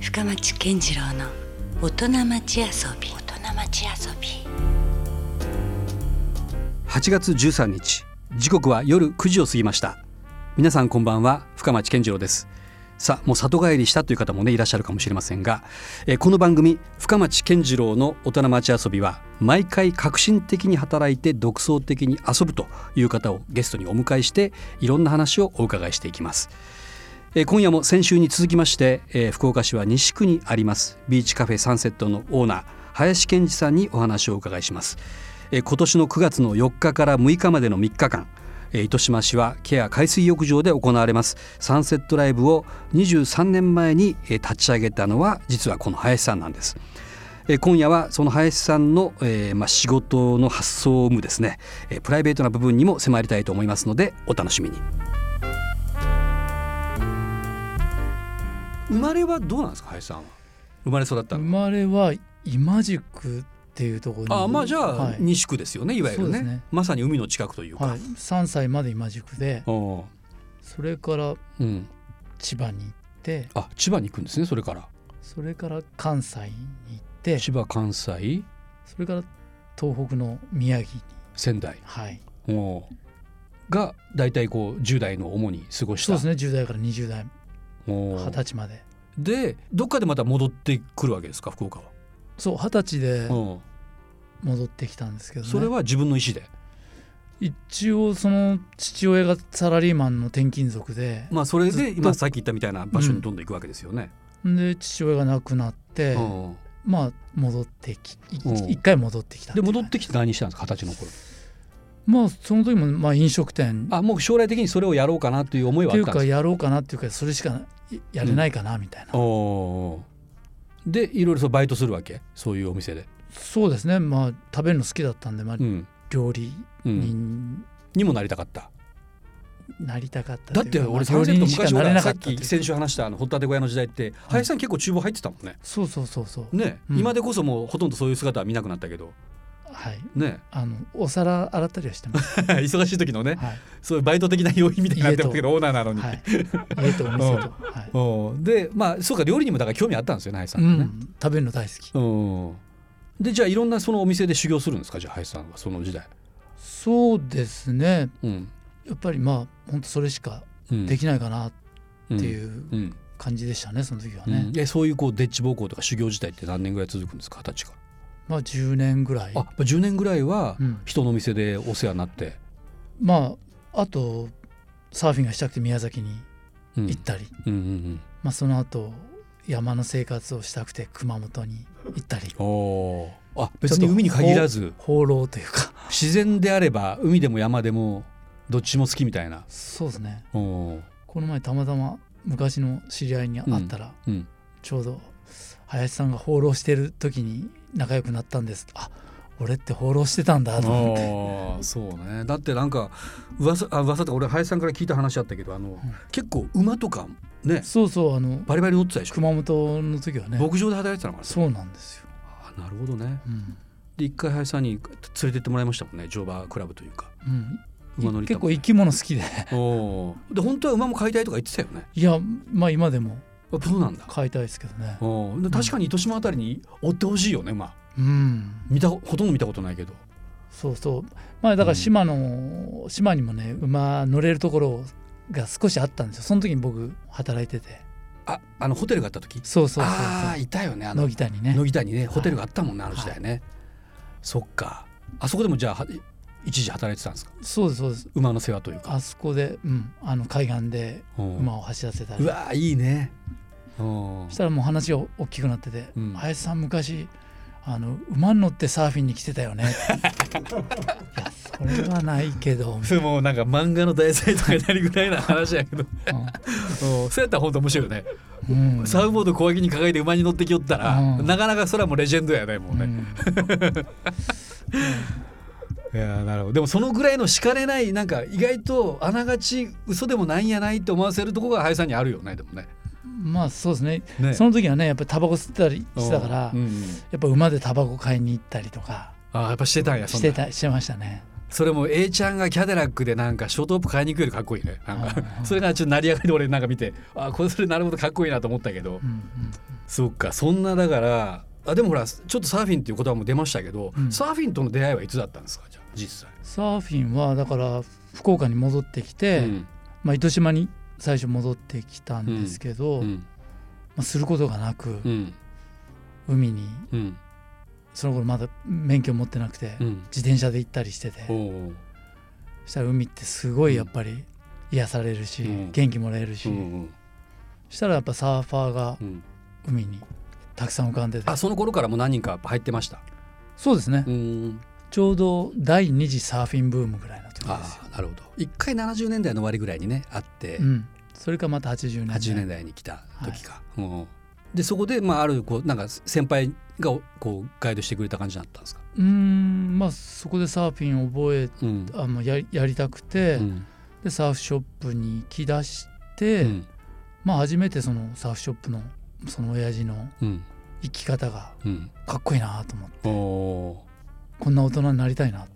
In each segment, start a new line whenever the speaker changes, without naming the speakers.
深町健次郎の大人町遊び大人町遊び
8月13日時刻は夜9時を過ぎました皆さんこんばんは深町健次郎ですさあもう里帰りしたという方もねいらっしゃるかもしれませんが、えーこの番組「深町健次郎の大人町遊びは」毎回革新的に働いて独創的に遊ぶという方をゲストにお迎えしていろんな話をお伺いしていきます。えー今夜も先週に続きまして、えー福岡市は西区にありますビーチカフェサンセットのオーナー林健二さんにお話をお伺いします、えー今年の9月の4日から6日までの3日間えー糸島市はケア海水浴場で行われますサンセットライブを23年前にえー立ち上げたのは実はこの林さんなんですえー今夜はその林さんの、えーまあ、仕事の発想を生むですね、えープライベートな部分にも迫りたいと思いますのでお楽しみに生まれはどうなんですか林さんは生まれ育った
生
の、
まれは今宿っていうところに
あまあじゃあ、
はい
西区ですよねいわゆる
そう
ね
ですね
まさに海の近くというか、
はい、3歳まで今宿で
お
それから
ーうん、
千葉に行って
あ千葉に行くんですねそれから
それから関西に行って
千葉関西
それから東北の宮城に
仙台
はい
おーが大体こう10代の主に過ごし
そう
た
ですね10代から20代
おー
二十歳まで
でどっかでまた戻ってくるわけですか福岡は、
そう二十歳で
うん
戻ってきたんですけど、ね、
それは自分の意思で
一応その父親がサラリーマンの転勤族で
まあそれ
ず
で
っと
今さっき言ったみたいな場所にどんどん行くわけですよね、
で父親が亡くなって
うん
まあ戻ってきい
うん
一回戻ってきた
で戻っててきて何したんですか二十歳の頃
まあその時もまあ飲食店
あもう将来的にそれをやろうかなという思い
っ
は
て
あっ
いう
たんで
か
すか
やろうかなっていうかそれしかやれないかなみたいな、
おーでいろいろそうバイトするわけそういうお店で、
そうですねまあ食べるの好きだったんで、まあ
う、ん
料理
うん、
人
にもなりたかった
になりたかった
だっ
という
て
か
俺
まあ
サン
料
セ
理
ット
人しか
昔
なれ
俺
な
さ
か
っ
ったってい
き
う
先週話したあのホッタテ小屋の時代って林さん結構厨房入ってたもんね
そうそうそうそう
ね、
うん
今でこそもうほとんどそういう姿は見なくなったけど
はい
ね
あのお皿洗ったりはしてます、
忙しい時のね
は
そういうバイト的な要因みたいになってますけどオーナーなの
い、
に、
はい、家とお店と、はい
おうでまあそうか料理にもだから興味あったんですよね林さ
うん
ね、
ん、食べるの大好き
うんでじゃあいろんなそのお店で修行するんですかじゃあ林さんはその時代
そうですね
うん、
やっぱりまあ本当それしか
うん、
できないかなって
う
い
ん、
う
うん
感じでしたねその時は
う
ね、
んえそういうこうデッチ奉公とか修行時代って何年ぐらい続くんですか二十歳か
まあ10年ぐらい
ら、あやっぱ10年ぐらいは
うん
人のお店でお世話になって、
まああとサーフィンがしたくて宮崎に
うん
行ったり、
うんうん
まあ、その後山の生活をしたくて熊本に行ったり
うん、おーあ別に海に限らず
放浪というか
自然であれば海でも山でもどっちも好きみたいな
そうですね
おー
この前たまたま昔の知り合いに会ったら、
うん
ちょうど林さんが放浪してる時に仲良くなったんですあ俺って放浪してたんだと思って
あ あそうねだってなんか噂あ噂とか俺林さんから聞いた話あったけどあの、結構馬とかね
そうそうあの
バリバリ乗ってたでしょ、
熊本の時はね
牧場で働いてたのかな
そうなんですよ、
あなるほどね
うん
で一回林さんに連れてってもらいましたもんね乗馬クラブというか
うん
馬乗りた
結
も
構
ん
生き物好きで
おーで本当は馬も飼いたいとか言ってたよね
いやまあ今でも
あそうなんだ
飼いたいですけどね
おーで確かに糸島あたりに追ってほしいよねまあ
うん
見たほとんど見たことないけど
そうそうまあだから島の、島にもね馬乗れるところが少しあったんですよその時に僕働いてて
ああのホテルがあった時
そうそうそう
ああ
そ
いたよねあ
う
の
乃木谷ね
乃木谷ねホテルがあったもんね、あの時代ね、そっかあそこでもじゃあは一時働いてたんですか
そうですそうです
馬の世話というか
あそこで、うん、あの海岸で
うん
馬を走らせた
う
り
わーいいねうん
そしたらもう話が大きくなってて「
うん
林さん昔あの馬に乗ってサーフィンに来てた よね」いやそれはないけど」みたい
それもうなんか漫画の題材とかになるぐらいな話やけど
な
うんそうやったら本当面白いよね、
うんうん
サーフボード小脇に輝いて馬に乗ってきよったら、
うん
なかなか それはもうレジェンドやねもう
う
ね、
ん
いやーなるほどでもそのぐらいの敷かれないなんか意外とあながち嘘でもないんやないって思わせるとこが林さんにあるよねでもね
まあそうですね
ね
その時はねやっぱりタバコ吸ってたりしてたから、
うん
や
うん
っぱ馬でタバコ買いに行ったりとか
あーやっぱしてたんやそ
し
んな
てたしてましたね
それも A ちゃんがキャデラックでなんかショートアップ買いに行くよりかっこいいねなんかそれがちょっと成り上がりで俺なんか見てあこれそれなるほどかっこいいなと思ったけど、
うん
そっかそんなだからあでもほらちょっとサーフィンっていう言葉も出ましたけど、
うん
サーフィンとの出会いはいつだったんですかじゃあ実際。
サーフィンはだから福岡に戻ってきて、
うん
まあ、糸島に最初戻ってきたんですけど、
うん
まあ、することがなく、
うん
海に
うん
その頃まだ免許持ってなくて、
うん
自転車で行ったりしてて
おー
そしたら海ってすごいやっぱり癒されるし、
うん
元気もらえるし、
う
そ
ん
したらやっぱサーファーが
うん
海にたくさん浮かんでて
あその頃からもう何人か入ってました。
そうですね、
うん
ちょうど第二次サーフィンブームぐらいの時
あ
ですよ、
ーなるほど一回70年代の終わりぐらいにねあって、
うん、それかまた80年代
80年代に来た時か。うんでそこで、まあ、あるこうなんか先輩がこうガイドしてくれた感じだったんですか、
うーんまあそこでサーフィンを覚え
うん
あもうやりやりたくて、
うん
でサーフショップに行き出して、
うん
まあ初めてそのサーフショップのその親父の
うん
生き方が
うん
かっこいいなと思って
おお
こんな大人になりたいな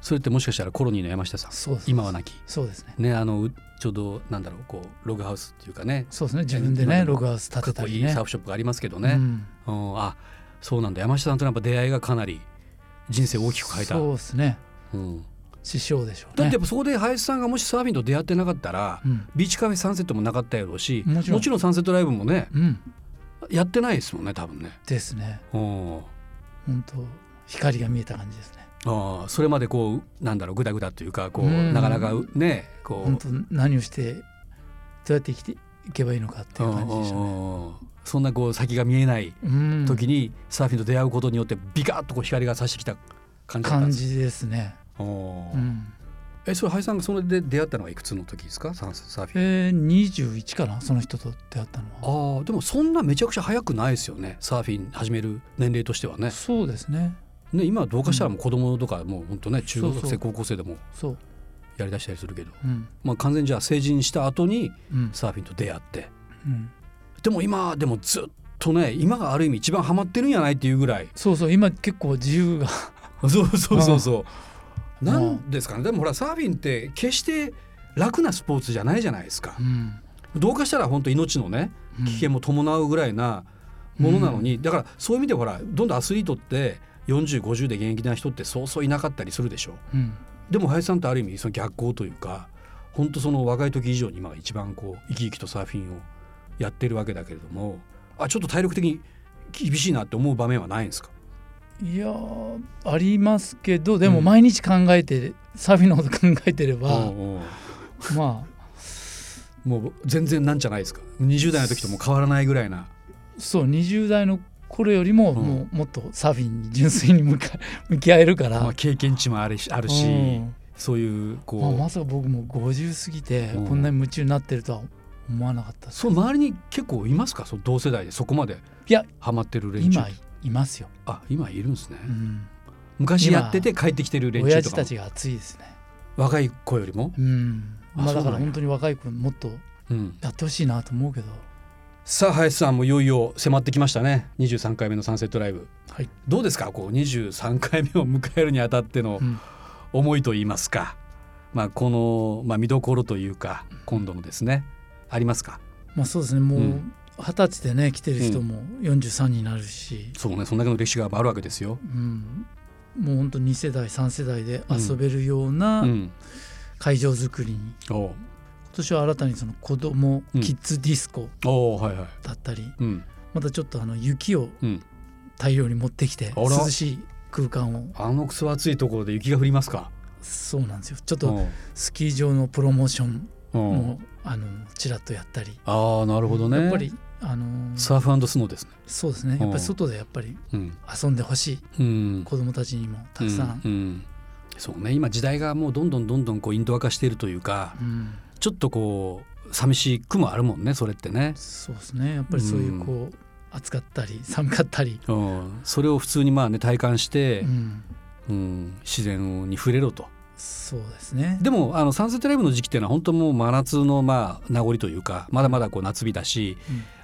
それってもしかしたらコロニーの山下さん
そうです
今はなき
そうですね
ねあのうちょうどなんだろうこうログハウスっていうかね
そうですね自分で
今
ね
でも
ログハウス建
か
て
っこ
た
い
り
い
ね
サーフショップがありますけど
う
ね、
ん
うんあそうなんだ山下さんとのやっぱ出会いがかなり人生を大きく変えた、
そうですね
うん
師匠でしょうね
だってやっぱそこで林さんがもしサーフィンと出会ってなかったら、
うん、
ビーチカフェサンセットもなかったやろうし
もちろん
サンセットライブもね
うん、
やってないですもんね多分ね。
ですね
うん
本当光が見えた感じですね
ああそれまでこうなんだろうグダグダというかこう、
うん
なかなかねこう
本当何をしてどうやって生きていけばいいのかっていう感じでしたね
うんそんなこう先が見えない
うん
時にサーフィンと出会うことによってビカッとこう光が差してきた感じだったん
感
です
じですね、
おー
うん、
えそれ林さんがそれで出会ったのはいくつの時ですかサーサーフィン
えー、21かなその人と出会ったのは
ああでもそんなめちゃくちゃ早くないですよねサーフィン始める年齢としてはね
そうですね
ね今はどうかしたらもう子供とかもう本当ね中学生
そうそう
高校生でも
そう
やりだしたりするけど、
うん
まあ、完全にじゃあ成人した後に
うん
サーフィンと出会って
うん
でも今でもずっとね今がある意味一番ハマってるんやないっていうぐらい
そうそう今結構自由が
そうそうそうそう。
うん
なんですかねでもほらサーフィンって決して楽なスポーツじゃないじゃないですか
う。ん
どうかしたら本当命のね
うん
危険も伴うぐらいなものなのに、だからそういう意味でほらどんどんアスリートって4050で現役な人ってそうそういなかったりするでしょ
うん
でも林さんってある意味その逆行というか本当その若い時以上に今が一番こう生き生きとサーフィンをやってるわけだけれどもあちょっと体力的に厳しいなって思う場面はないんですか
いやーありますけどでも毎日考えて、サーフィンのこと考えてれば、
うんうん
ま
もう全然なんじゃないですか20代の時ともう変わらないぐらいな
あそう20代の頃よりも、
うん
もうもっとサーフィンに純粋に向か向き合えるから、
まあ、経験値もあるしあるし、
うん
そういうこう、
まあ、まさか僕も50過ぎて
うん
こんなに夢中になってるとは思わなかったです、
そう周りに結構いますかそう同世代でそこまで
いや
ハマってる連中
今いますよ、
あ今いるんですね、
うん、
昔やってて帰ってきてる連中
親
と
父
か
た
も
ちが熱いですね
若い子よりも、
うん
あ
まあ
そうなんや
だから本当に若い子もっと
うん、
やってほしいなと思うけど
さあ林さんもいよいよ迫ってきましたね23回目のサンセットライブ、
はい
どうですかこう23回目を迎えるにあたっての
うん
思いといいますか、まあ、この、まあ、見どころというか今度のですねありますか
まあそうですねもう
うん
二十歳でね来てる人も43になるし、
そうねそんだけの歴史があるわけですよ。
うんもう本当2世代3世代で遊べるような
うん、
会場作りに、今
おう
年は新たにその子供
うん
キッズディスコ
おうはいはい。
だったり、
うん
またちょっとあの雪を
うん、
大量に持ってきて
あら
涼しい空間を
あのくそ暑いところで雪が降りますか。
そうなんですよちょっ
う
と
ん
スキー場のプロモーション
うん、
も、あのちらっとやったり
ああなるほどね。
やっぱりあの
サーフスノーですね。
そうですねやっぱり外でやっぱり
うん
遊んでほしい
うん、
子どもたちにもたくさん、
うんうんそうね今時代がもうどんどんどんどんこうインドア化しているというか
うん
ちょっとこう寂しくもあるもんねそれってね、
そうですねやっぱりそういうこう、暑かったり 寒かったり、
うん、それを普通にまあね体感して
う、ん、
うん、自然に触れろと
そうですね
でもあのサンセットライブの時期っていうのは本当もう真夏のまあ名残というかまだまだこう夏日だし、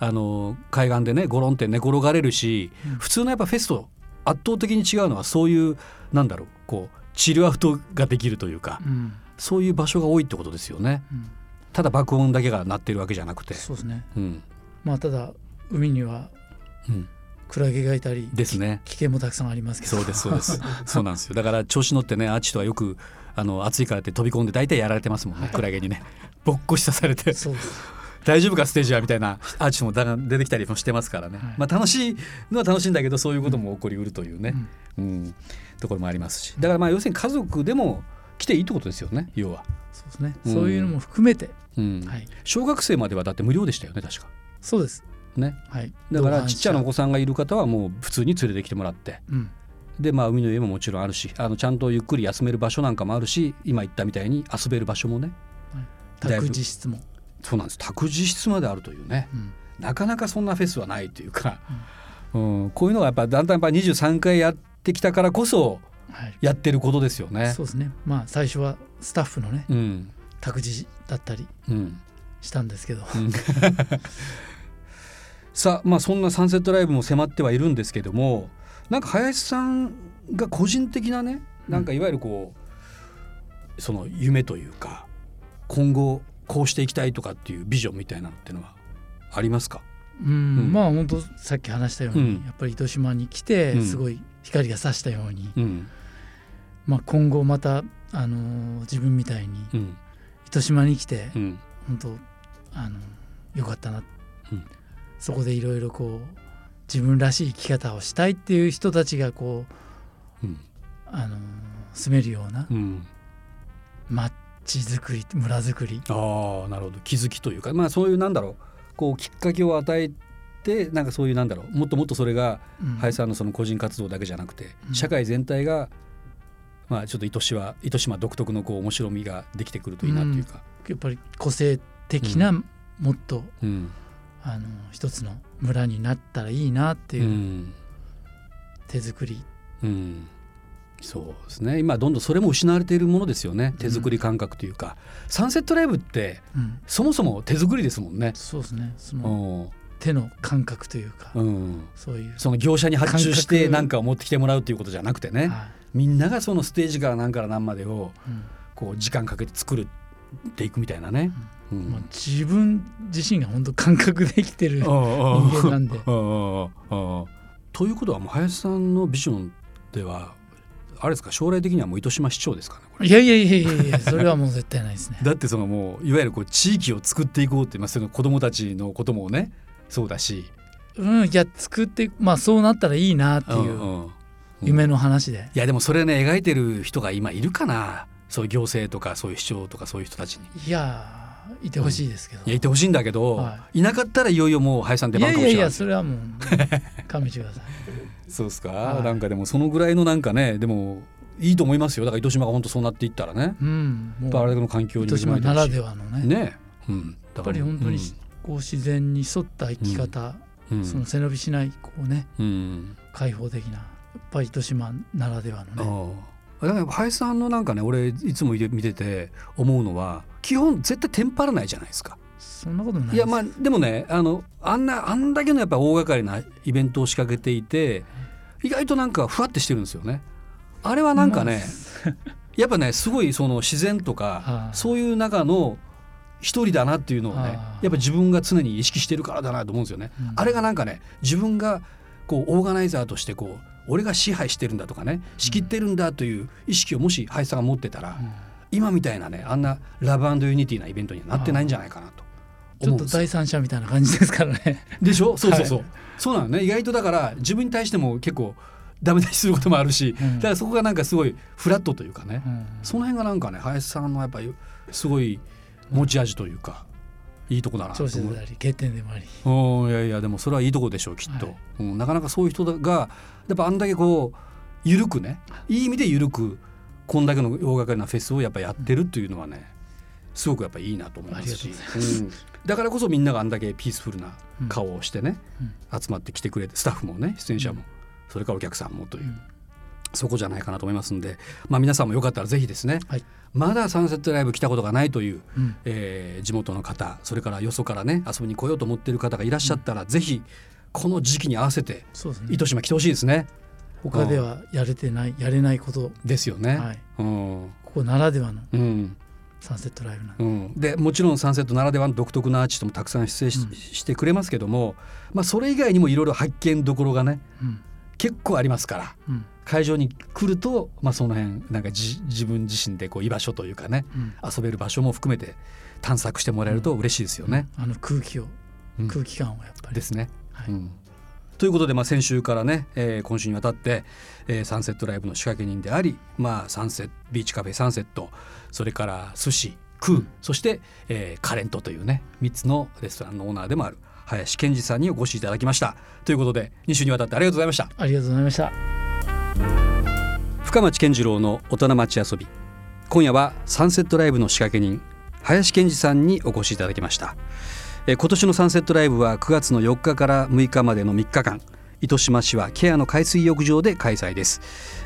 あの海岸でねゴロンって寝転がれるし、
うん
普通のやっぱフェスと圧倒的に違うのはそういうなんだろうこうチルアウトができるというか、
うん、うん
そういう場所が多いってことですよね。
うん
ただ爆音だけが鳴ってるわけじゃなくて、
そうですね
うん、
まあただ海には
うん
クラゲがいたり
ですね。
危険もたくさんありますけど
そうですそう です。そうなんですよ。だから調子乗ってねアーチとはよくあの暑いからって飛び込んで大体やられてますもんね、クラゲにね。ぼっこしさされて
そうです
大丈夫かステージはみたいなアーチもだが出てきたりもしてますからね、
はい
まあ、楽しいのは楽しいんだけどそういうことも起こりうるというね、うんところもありますしだからまあ要するに家族でも来ていいってことですよね要は、
そうですね、
うん
そういうのも含めて、
うん
はい、
小学生まではだって無料でしたよね確か
そうです
ね
はい
だから
同伴
ち
者
っちゃなお子さんがいる方はもう普通に連れてきてもらって
うん
でまあ海の家ももちろんあるしあのちゃんとゆっくり休める場所なんかもあるし今言ったみたいに遊べる場所もねだいぶ
託児室も、
そうなんです託児室まであるというね
うん
なかなかそんなフェスはないというか、うんこういうのがやっぱだんだんやっぱ23回やってきたからこそ
はい
やってることですよね。
そうですねまあ最初はスタッフのね
うん
託児だったり
うん
したんですけど、
さあまあそんなサンセットライブも迫ってはいるんですけどもなんか林さんが個人的なねなんかいわゆるこう、その夢というか今後こうしていきたいとかっていうビジョンみたいなのってのはありますか、
うん
うん
まあ本当さっき話したように、
うん
やっぱり糸島に来
う
て
ん
すごい光が差したように、
うん
まあ、今後また、あのー自分みたいに
うん
糸島に来て、
うん
本当あのよかったな、
うん
そこでいろいろこう自分らしい生き方をしたいっていう人たちがこう、
うん
あのー住めるような
うん、
街づくり村づくり
ああなるほど気づきというかまあそういうなんだろうこうきっかけを与えてなんかそういうなんだろうもっともっとそれが
うん
林さんのその個人活動だけじゃなくて、
うん
社会全体が、まあ、ちょっと糸島糸島独特のこう面白みができてくるといいなというか、
やっぱり個性的な、もっと
うん
あの一つの村になったらいいなって
う
いう、
ん
手作り
うんそうですね今どんどんそれも失われているものですよね手作り感覚というか、サンセットライブって
うん、
そもそも手作りですもんね。
そうですねそうの
ん
手の感覚というか、
うん
そういう、
その業者に発注し
感
て
覚
何かを持ってきてもらうということじゃなくてね、
は
みんながそのステージから何から何までを
いうん
こう時間かけて作るっていくみたいなね。う
まあ
ん、
自分自身が本当感覚で生きてる人間なんで
うんうんうんうんということはもう林さんのビジョンではあれですか将来的にはもう糸島市長ですかねこれ。
いやいやいやいやいやそれはもう絶対ないですね
だってそのもういわゆるこう地域を作っていこうって、まあ、その子どもたちのこともねそうだし
うんいや作ってまあそうなったらいいなっていうん
ん
夢の話で、
いやでもそれね描いてる人が今いるかなそういう行政とかそういう市長とかそういう人たちに。
いやーいてほしいですけど、
いやいてほしいんだけど、、
はい
なかったらいよいよもう林さん出
いや
番
い
かも
や
しれ
い
ない
やそれは もう勘弁してください。
そうですか、
はい
なんかでもそのぐらいのなんかねでもいいと思いますよだから糸島が本当そうなっていったらね、
うん
やっぱあれだ
もう
けの環境に
糸
恵ま
島
れて
な
る
ら
し
ではのね
ねうん、や
やっぱり本当にこう自然に沿った生き方、
うんうん
その背伸びしないこうね
うん
開放的なやっぱり糸島ならではのね。
ああだからやっぱ林さんのなんかね俺いつも見てて思うのは基本絶対テンパらないじゃないですか。
そんなことないです
いやまあでもねあのあんなあんだけのやっぱ大掛かりなイベントを仕掛けていて意外となんかふわってしてるんですよね。あれはなんかね、やっぱねすごいその自然とか
あー
そういう中の一人だなっていうのをね
あー
やっぱ自分が常に意識してるからだなと思うんですよね。
うん
あれがなんかね自分がこうオーガナイザーとしてこう俺が支配してるんだとかね仕切ってるんだという意識をもし林さんが持ってたら、今みたいなねあんなラブユニティなイベントにはなってないんじゃないかなと
ち
思う
ょっ
ん
と
ですよ。
第三者みたいな感じですから ね。
でしょそうそうそう、そうなのね意外とだから自分に対しても結構ダメ出しすることもあるし、
うん
だからそこがなんかすごいフラットというかね、
うん
その辺がなんかね林さんのやっぱりすごい持ち味というか、いいとこだなと
調
思
子
う
であり欠点でもあり、
うんいやいやでもそれはいいとこでしょうきっと、
はい
うん、なかなかそういう人がやっぱあんだけこう緩くねいい意味で緩くこんだけの大掛かりなフェスをやっぱやってるっていうのはねすごくやっぱいいなと思いますし
ありが
うんだからこそみんながあんだけピースフルな顔をしてね、
うん
集まってきてくれてスタッフもね出演者も、
うん
それからお客さんもという、
うん
そこじゃないかなと思いますんで、まあ、皆さんもよかったらぜひですね、
はい
まだサンセットライブ来たことがないという
うん
えー地元の方それからよそからね遊びに来ようと思っている方がいらっしゃったら、ぜひこの時期に合わせて
そうですね
糸島来てほしいですね。
他ではやれてないやれないこと
ですよね。
はい
うん
ここならではの
うん
サンセットライブなんで
うん、でもちろんサンセットならではの独特なアーティストもたくさん出演し,、
うん
してくれますけども、まあ、それ以外にもいろいろ発見どころがね
うん
結構ありますから
うん
会場に来ると、まあ、その辺なんかじ自分自身でこう居場所というかね
うん
遊べる場所も含めて探索してもらえると嬉しいですよね。
あの空気を
うん
空気感をやっぱり
ですね。
はい
うんということで、まあ、先週からね、えー今週にわたって、えーサンセットライブの仕掛け人であり、まあ、サンセットビーチカフェサンセットそれから寿司空、そして、えーカレントというね3つのレストランのオーナーでもある林健二さんにお越しいただきました。ということで2週にわたってありがとうございました。
ありがとうございました
深町健次郎の大人町遊び今夜はサンセットライブの仕掛け人林健二さんにお越しいただきましたえー今年のサンセットライブは9月の4日から6日までの3日間糸島市はケアの海水浴場で開催です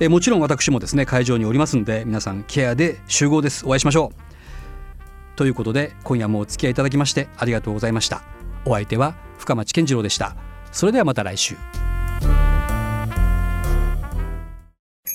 えーもちろん私もですね会場におりますので皆さんケアで集合ですお会いしましょうということで今夜もお付き合いいただきましてありがとうございましたお相手は深町健次郎でしたそれではまた来週